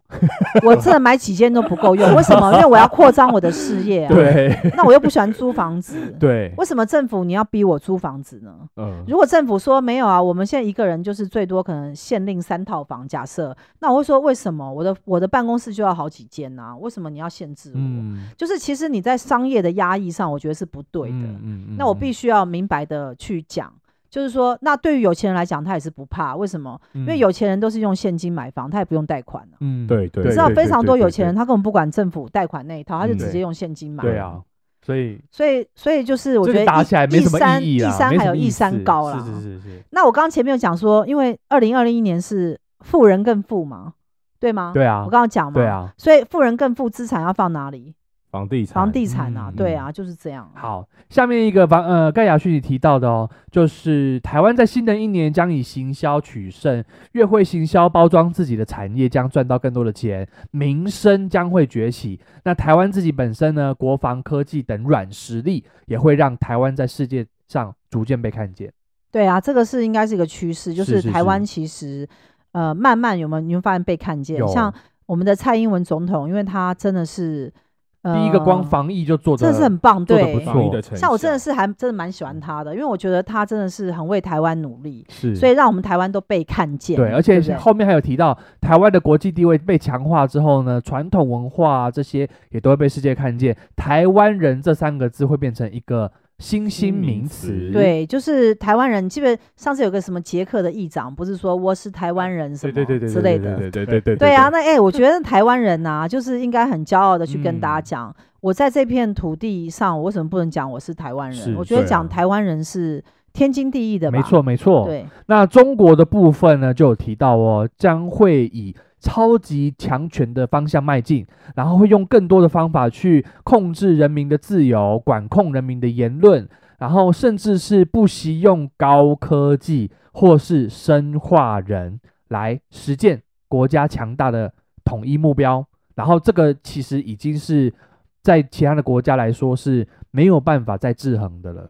S1: 我真的买几间都不够用。为什么？因为我要扩张我的事业啊。
S2: 对
S1: 那我又不喜欢租房子。
S2: 对，
S1: 为什么政府你要逼我租房子呢？
S3: 嗯，
S1: 如果政府说没有啊，我们现在一个人就是最多可能限令三套房，假设那我会说为什么我的我的办公室就要好几间啊？为什么你要限制我？
S2: 嗯，
S1: 就是其实你在商业的压抑上，我觉得是不对的。
S2: 嗯嗯嗯
S1: 那我必
S2: 须，
S1: 须要明白的去讲，就是说，那对于有钱人来讲，他也是不怕，为什么？
S2: 因
S1: 因为，有钱人都是用现金买房，他也不用贷款啊。
S2: 嗯，
S3: 对对，
S1: 你知道非常多有钱人，
S3: 他
S1: 他根本不管政府贷款那一套，他就
S2: 嗯
S1: 直
S2: 对
S1: 接用现金买。
S2: 对啊，所以
S1: 所以，所以就是我
S2: 这
S1: 觉
S2: 个
S1: 得
S2: 打
S1: 一
S2: 起来没什么
S1: 一
S2: 意义
S1: 三
S2: 啦，
S1: 一三
S2: 没
S1: 还
S2: 什
S1: 有
S2: 么
S1: 一
S2: 意
S1: 三
S2: 思
S1: 高啦。
S2: 是是是是，
S1: 那我刚刚前面有讲说，因为二零二一年是富人更富嘛，对吗？、
S2: 对啊
S1: 我，刚刚讲嘛。
S2: 对。啊，
S1: 所以富人更富资产要放哪里？
S3: 房地产，
S1: 房地产啊，
S2: 嗯
S1: 对啊，就是这样。，
S2: 好，下面一个房呃盖亚讯息提到的哦，就是台湾在新的一年将以行销取胜，越会行销包装自己的产业，将赚到更多的钱，民生将会崛起。那台湾自己本身呢，国防、科技等软实力也会让台湾在世界上逐渐被看见。
S1: 对啊，这个是应该是一个趋势，就是
S2: 是是
S1: 台湾其实呃慢慢有没有你会发现被看见
S2: 有，
S1: 像我们的蔡英文总统，因为他真的是、呃、
S2: 第一个光防疫就做
S1: 真
S2: 得
S1: 的是很棒，
S2: 做得
S1: 对
S2: 不。
S3: 防疫的城，
S1: 像我真的是还真的蛮喜欢他的，因为我觉得他真的是很为台湾努力，
S2: 嗯是
S1: 所以让我们台湾都被看见。
S2: 对，而且
S1: 不对
S2: 后面还有提到，台湾的国际地位被强化之后呢，传统文化、啊、这些也都会被世界看见。台湾人这三个字会变成一个新兴名词。
S3: 嗯
S1: 对，就是台湾人，基本上次有个什么捷克的议长，不是说我是台湾人什么
S2: 对对对对
S1: 之类
S2: 对
S1: 的。
S3: 对对对对
S1: 对啊，，那哎、我觉得台湾人呐、啊就是应该很骄傲的去跟大家
S2: 嗯
S1: 讲，我在这片土地上，我为什么不能讲我是台湾
S2: 是
S1: 人？我觉得
S3: 对啊
S1: 讲台湾人是天经地义的吧。
S2: 没，错，没错。
S1: 对，
S2: 那中国的部分呢，就有提到哦，将会以超级强权的方向迈进，然后会用更多的方法去控制人民的自由，管控人民的言论，然后甚至是不惜用高科技或是生化人来实践国家强大的统一目标。然后这个其实已经是在其他的国家来说是没有办法再制衡的了。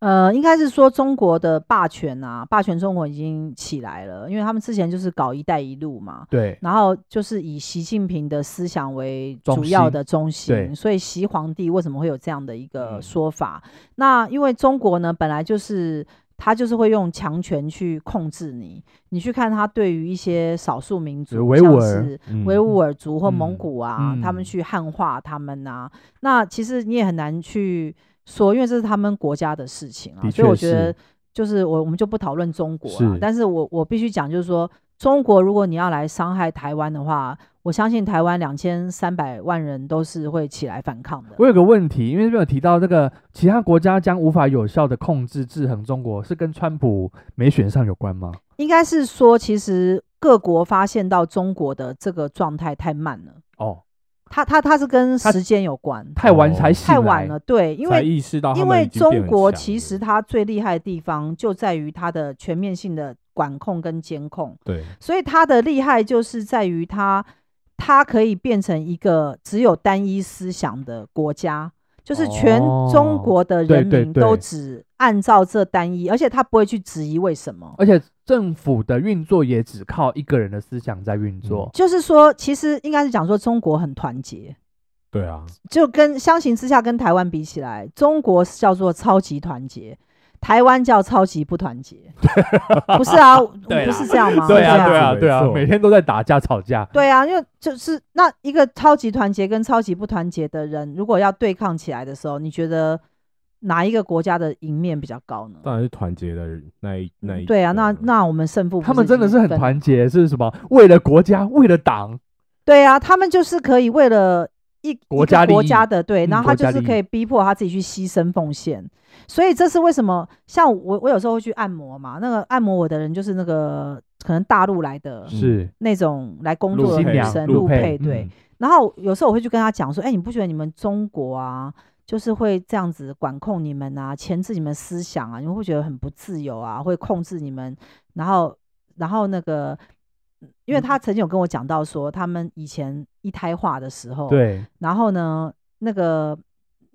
S1: 呃，应该是说中国的霸权啊，霸权中国已经起来了，因为他们之前就是搞“一带一路”嘛，
S2: 对，
S1: 然后就是以习近平的思想为
S2: 中
S1: 主要
S2: 心
S1: 的中心，
S2: 对
S1: 所以习皇帝为什么会有这样的一个
S2: 嗯
S1: 说法？那因为中国呢，本来就是他就是会用强权去控制你。你去看他对于一些少数民族，
S2: 维
S1: 像
S2: 吾尔
S1: 是
S3: 嗯
S1: 维吾尔族或蒙
S2: 嗯
S1: 古啊，他们
S2: 嗯
S1: 去汉化他们啊，那其实你也很难去说，因为这是他们国家的事情啊。
S2: 的
S1: 所以我
S2: 确
S1: 觉得
S2: 是
S1: 就是我我们就不讨论中国了
S2: 是，
S1: 但是我我必须讲，就是说中国如果你要来伤害台湾的话，我相信台湾两千三百万人都是会起来反抗的。
S2: 我有个问题，因为这边有提到这个其他国家将无法有效的控制制衡中国，是跟川普没选上有关吗？
S1: 应该是说，其实各国发现到中国的这个状态太慢了，
S2: 哦，
S1: 它它它是跟
S2: 它
S1: 时间有关，
S2: 太晚
S3: 哦
S2: 才醒来，
S1: 太晚了，对，因
S3: 才
S1: 为
S3: 意识到他
S1: 因
S3: 们
S1: 为
S3: 已经变
S1: 中
S3: 很
S1: 国
S3: 强
S1: 其实
S3: 了
S1: 它最厉害的地方就在于它的全面性的管控跟监控，
S3: 对
S1: 所以它的厉害就是在于它，它可以变成一个只有单一思想的国家，就是全中
S2: 哦
S1: 国的
S2: 对
S1: 人
S2: 对
S1: 民
S2: 对
S1: 都只按照这单一，而且他不会去质疑为什么。
S2: 而且政府的运作也只靠一个人的思想在运作。
S1: 就是说，其实应该是讲说中国很团结，
S3: 对啊，
S1: 就跟相形之下，跟台湾比起来，中国是叫做超级团结，台湾叫超级不团结，不是 啊？
S2: 对
S1: 不
S2: 啦
S1: 是这样吗？
S3: 对啊
S1: 不是这样
S3: 对啊没错
S2: 天都在打架吵架。
S1: 对啊，因为就是那一个超级团结跟超级不团结的人，如果要对抗起来的时候，你觉得哪一个国家的赢面比较高呢？
S3: 当然是团结的那一啊那一
S1: 对啊，那
S3: 个
S1: 那我们胜负不
S2: 他们真的
S1: 已
S2: 是
S1: 经
S2: 很
S1: 分
S2: 团结，是什么？为了国家，为了党，
S1: 对啊，他们就是可以为了一
S2: 国
S1: 一个
S2: 家利
S1: 国
S2: 益
S1: 家的对，
S2: 嗯
S1: 然后
S2: 国
S1: 他就
S2: 家
S1: 是
S2: 利
S1: 可
S2: 益
S1: 以逼迫他自己去牺牲奉献，所以这是为什么像我我有时候会去按摩嘛，那个按摩我的人就是那个可能大陆来的
S3: 是
S1: 那种来工
S3: 陆
S1: 作的
S2: 嗯新
S1: 女
S2: 娘嗯
S1: 生
S3: 陆
S1: 陆
S3: 配嗯
S1: 配对，，然后有时候我会去跟他讲说，哎，你不觉得你们中国啊，就是会这样子管控你们啊，钳制你们思想啊，你们会觉得很不自由啊，会控制你们，然后然后那个，因为他曾经有跟我讲到说，他们以前一胎化的时候，
S2: 对，
S1: 然后呢，那个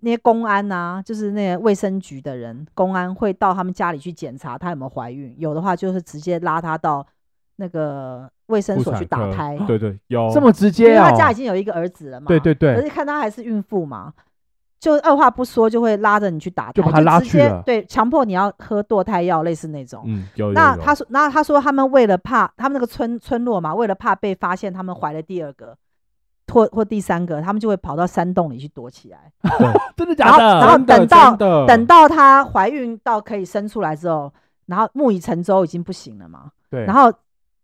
S1: 那些公安啊，就是那些卫生局的人，公安会到他们家里去检查她有没有怀孕，有的话就是直接拉她到那个卫生
S3: 妇
S1: 所去
S3: 产
S1: 打
S3: 科
S1: 胎，
S3: 对对，有
S2: 这么直
S1: 因为
S2: 接
S1: 她
S2: 啊、
S1: 家已经有一个儿子了嘛，
S2: 对对
S1: 可
S2: 对，
S1: 是看她还是孕妇嘛。就二话不说就会拉着你去打胎，
S2: 就把她拉
S1: 直
S2: 去
S1: 接
S2: 了
S1: 对，强迫你要喝堕胎药，类似那种。
S3: 嗯有有
S1: 那
S3: 有
S1: 他说，那他说他们为了怕他们那个村村落嘛，为了怕被发现他们怀了第二个或或第三个，他们就会跑到山洞里去躲起来。
S2: 真的
S1: 然
S2: 假
S1: 后
S2: 的？
S1: 然后
S3: 真的
S1: 等到
S3: 真的
S1: 等到她怀孕到可以生出来之后，然后木已成舟已经不行了嘛，
S2: 对，
S1: 然后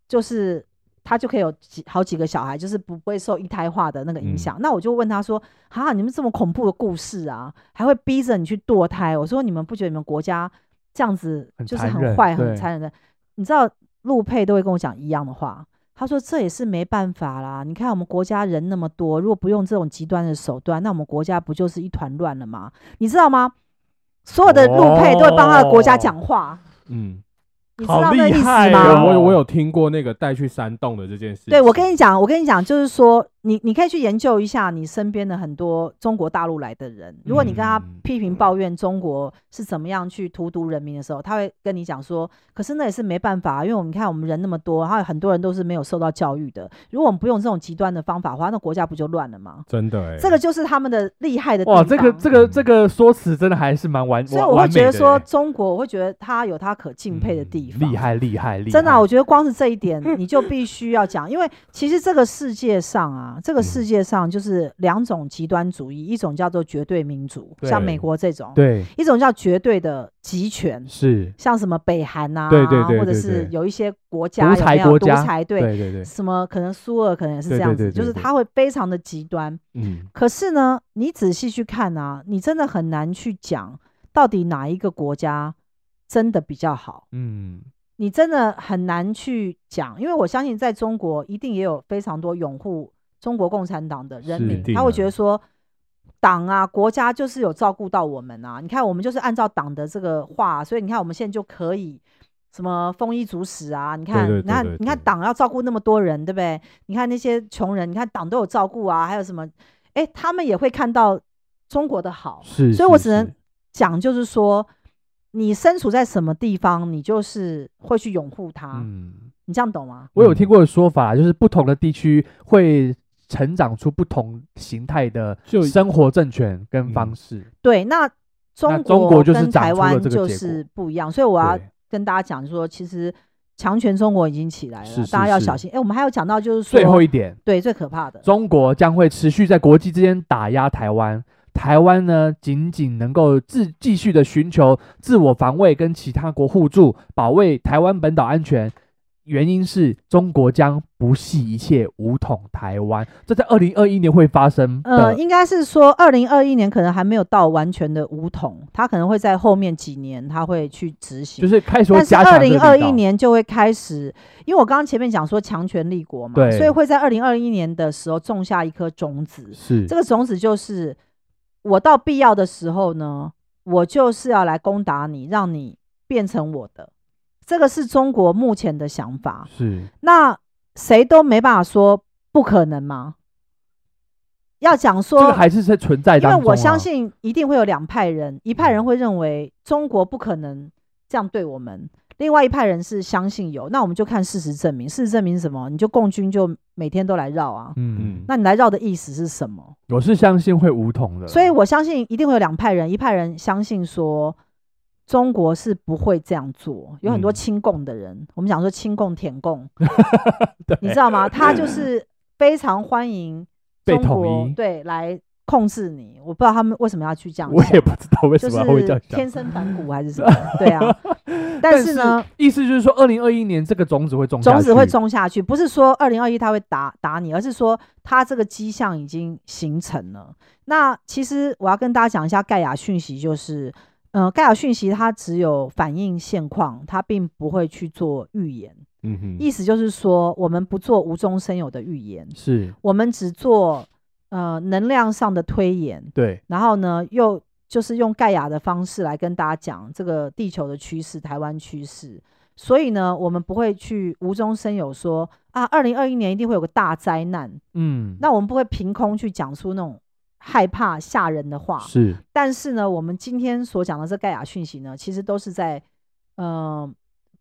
S1: 就是她就可以有几好几个小孩，就是不会受一胎化的那个影响。那我就问他说：“哈，你们这么恐怖的故事啊，还会逼着你去堕胎？”我说：“你们不觉得你们国家这样子
S2: 很
S1: 就是
S2: 残
S1: 很
S2: 忍
S1: 坏、很
S2: 对
S1: 残忍的？”你知道陆佩都会跟我讲一样的话。他说：“这也是没办法啦，你看我们国家人那么多，如果不用这种极端的手段，那我们国家不就是一团乱了吗？你知道吗？所有的陆配都会帮他的国家
S2: 哦
S1: 讲话，
S3: 嗯，
S1: 你知
S2: 好
S1: 道那
S2: 厉
S1: 意思
S2: 害
S1: 吗？
S2: 哦
S3: 有我有我有听过那个带去山洞的这件事情，
S1: 对，我跟你讲，我跟你讲，就是说，你你可以去研究一下你身边的很多中国大陆来的人，如果你跟他
S3: 嗯
S1: 批评抱怨中国是怎么样去荼毒人民的时候，他会跟你讲说，可是那也是没办法啊，因为我们看我们人那么多，然后很多人都是没有受到教育的，如果我们不用这种极端的方法的话，那国家不就乱了吗？
S3: 真的哎，
S1: 这个就是他们的厉害的地
S2: 哇，
S1: 方。
S2: 这个这个这个说辞真的还是蛮完，
S1: 嗯所以
S2: 完
S1: 我会
S2: 完
S1: 觉
S2: 美
S1: 得
S2: 的
S1: 说，
S2: 耶嗯
S1: 中国我会觉得他有他可敬佩的地方，
S2: 厉害厉害厉害，
S1: 真的啊、我觉得光是这一点，你就必须要讲，因为其实这个世界上啊，
S2: 嗯
S1: 这个世界上就是两种极端主义，一种叫做绝对民主，
S2: 对
S1: 像美国这种；
S2: 对
S1: 一种叫绝对的集权，
S2: 是
S1: 像什么北韩啊，
S2: 对对对
S1: 或者
S2: 对
S1: 是
S2: 对
S1: 有一些国家
S2: 独裁
S1: 有没有
S2: 国家
S1: 独裁对。
S2: 对对对，
S1: 什么可能苏俄可能也是这
S2: 对对
S1: 样子，
S2: 对对
S1: 就是
S2: 对
S1: 它会非常的极端。
S3: 嗯
S1: 可是呢，你仔细去看啊，你真的很难去讲到底哪一个国家真的比较好。
S2: 嗯，
S1: 你真的很难去讲，因为我相信在中国一定也有非常多拥护中国共产党的人
S2: 是
S1: 民
S2: 一，
S3: 定
S1: 他会觉
S3: 的
S1: 得说，党啊，国家就是有照顾到我们啊。你看，我们就是按照党的这个话，所以你看我们现在就可以。什么丰衣足食啊？你看，
S3: 对
S1: 你看
S3: 对对，
S1: 你看，
S3: 对
S1: 党要照顾那么多人，对不对？你看那些穷人，你看党都有照顾啊。还有什么？哎，他们也会看到中国的好，
S2: 是，
S1: 所以我
S2: 是
S1: 只能
S2: 是
S1: 讲，就是说，你身处在什么地方，你就是会去拥护它。
S2: 嗯，
S1: 你这样懂吗？
S2: 我有听过的说法，就是不同的地区会成长出不同形态的
S3: 就
S2: 生活政权跟方
S3: 嗯
S2: 式，
S1: 对，那中
S2: 那中国就是
S1: 跟
S2: 长
S1: 台
S2: 出了
S1: 湾
S2: 这个
S1: 就
S2: 结
S1: 是
S2: 果
S1: 不一样，所以我要
S3: 对
S1: 跟大家讲说，其实强权中国已经起来了，
S2: 是是
S1: 大家要
S2: 是
S1: 小心。哎，我们还有讲到就是说，
S2: 最后一点。
S1: 对最可怕的，
S2: 中国将会持续在国际之间打压台湾。台湾呢，仅仅能够自继续的寻求自我防卫跟其他国互助，保卫台湾本岛安全。原因是中国将不惜一切武统台湾，这在二零二一年会发生的。
S1: 呃，应该是说二零二一年可能还没有到完全的武统，他可能会在后面几年他会去执行。
S2: 就是开始会
S1: 但是
S2: 加
S1: 二
S2: 强这个力
S1: 零
S2: 道
S1: 二一，年就会开始，因为我刚刚前面讲说强权立国嘛，
S2: 对
S1: 所以会在二零二一年的时候种下一颗种子。
S2: 是
S1: 这个种子就是，我到必要的时候呢，我就是要来攻打你，让你变成我的。这个是中国目前的想法。
S2: 是
S1: 那谁都没办法说不可能吗？要讲
S2: 这
S1: 说，
S2: 个还是在存在
S1: 因
S2: 当
S1: 为
S2: 中、啊。嗯
S1: 我相信一定会有两派人，一派人会认为中国不可能这样对我们，另外一派人是相信有。那我们就看事实证明，事实证明是什么？你就共军就每天都来绕啊，
S2: 嗯，
S1: 那你来绕的意思是什么？
S2: 我是相信会武统的。
S1: 所以我相信一定会有两派人，一派人相信说中国是不会这样做，有很多
S3: 嗯
S1: 亲共的人，我们讲说亲共、舔共，
S2: 对
S1: 你知道 吗？他就是非常欢迎
S2: 被
S1: 中国
S2: 统一
S1: 对，来控制你。我不知道他们为什么要去这样
S2: 我
S1: 想
S2: 也不知道为
S1: 就
S2: 什么会这
S1: 是
S2: 样想。
S1: 天生反骨还是 什么？对啊，但是呢，，
S2: 意思就是说，二零二一年这个种子会种下去，
S1: 种子会种下去，不是说二零二一它会打打你，而是说它这个迹象已经形成了。那其实我要跟大家讲一下盖亚讯息，就是呃，盖亚讯息它只有反映现况，它并不会去做预言。
S3: 嗯哼，
S1: 意思就是说，我们不做无中生有的预言，
S2: 是
S1: 我们只做呃能量上的推演，
S2: 对，
S1: 然后呢，又就是用盖亚的方式来跟大家讲这个地球的趋势、台湾趋势。所以呢，我们不会去无中生有说啊，二零二一年一定会有个大灾难。
S2: 嗯，
S1: 那我们不会凭空去讲出那种害怕、吓人的话。
S2: 是
S1: 但是呢，我们今天所讲的这盖亚讯息呢，其实都是在呃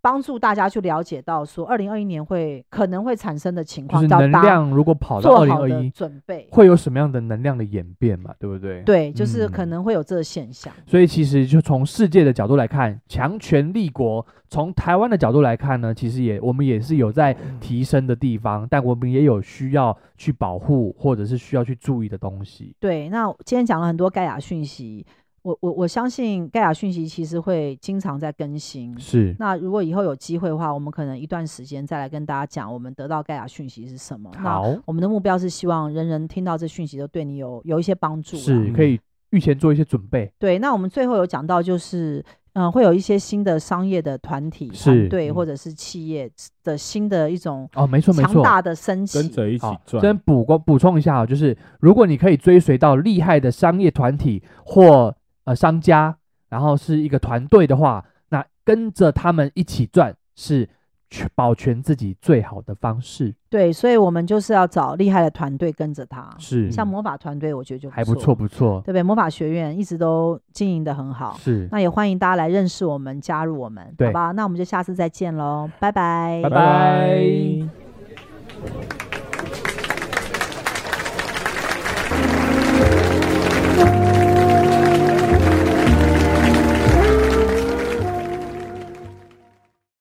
S1: 帮助大家去了解到说，二零二一年会可能会产生的情
S2: 就
S1: 况，
S2: 是
S1: 到
S2: 能
S1: 大家
S2: 量如果跑到二
S1: 做
S2: 零
S1: 好
S2: 二
S1: 的
S2: 一，
S1: 准备。
S2: 会有什么样的能量的演变嘛？对不对？。
S1: 对，就是可
S2: 嗯
S1: 能会有这个现象。
S2: 所以其实就从世界的角度来看，强权立国；从台湾的角度来看呢，其实也我们也是有在提升的地方，但我们也有需要去保护或者是需要去注意的东西。
S1: 对，那今天讲了很多盖亚讯息，我我我相信盖亚讯息其实会经常在更新。
S2: 是，
S1: 那如果以后有机会的话，我们可能一段时间再来跟大家讲我们得到盖亚讯息是什么。那
S2: 好，
S1: 我们的目标是希望人人听到这讯息都对你有有一些帮助啦。
S2: 是可以预前做一些准备。
S1: 对。那我们最后有讲到就是。嗯，会有一些新的商业的团体、
S2: 是
S1: 团队
S3: 嗯
S1: 或者是企业的新的一种
S2: 哦，没错没
S1: 强
S2: 错。
S1: 大的升级，
S3: 跟着一起
S2: 好，
S3: 赚，
S2: 先补过补充一下啊，就是如果你可以追随到厉害的商业团体或呃商家，然后是一个团队的话，那跟着他们一起赚是全保全自己最好的方式。
S1: 对，所以我们就是要找厉害的团队跟着他，
S2: 是
S1: 像魔法团队，我觉得就
S2: 嗯还不错，不错
S1: 对，不对？魔法学院一直都经营的很好，
S2: 是，
S1: 那也欢迎大家来认识我们，加入我们，
S2: 对
S1: 好吧？那我们就下次再见喽，拜拜，
S2: 拜拜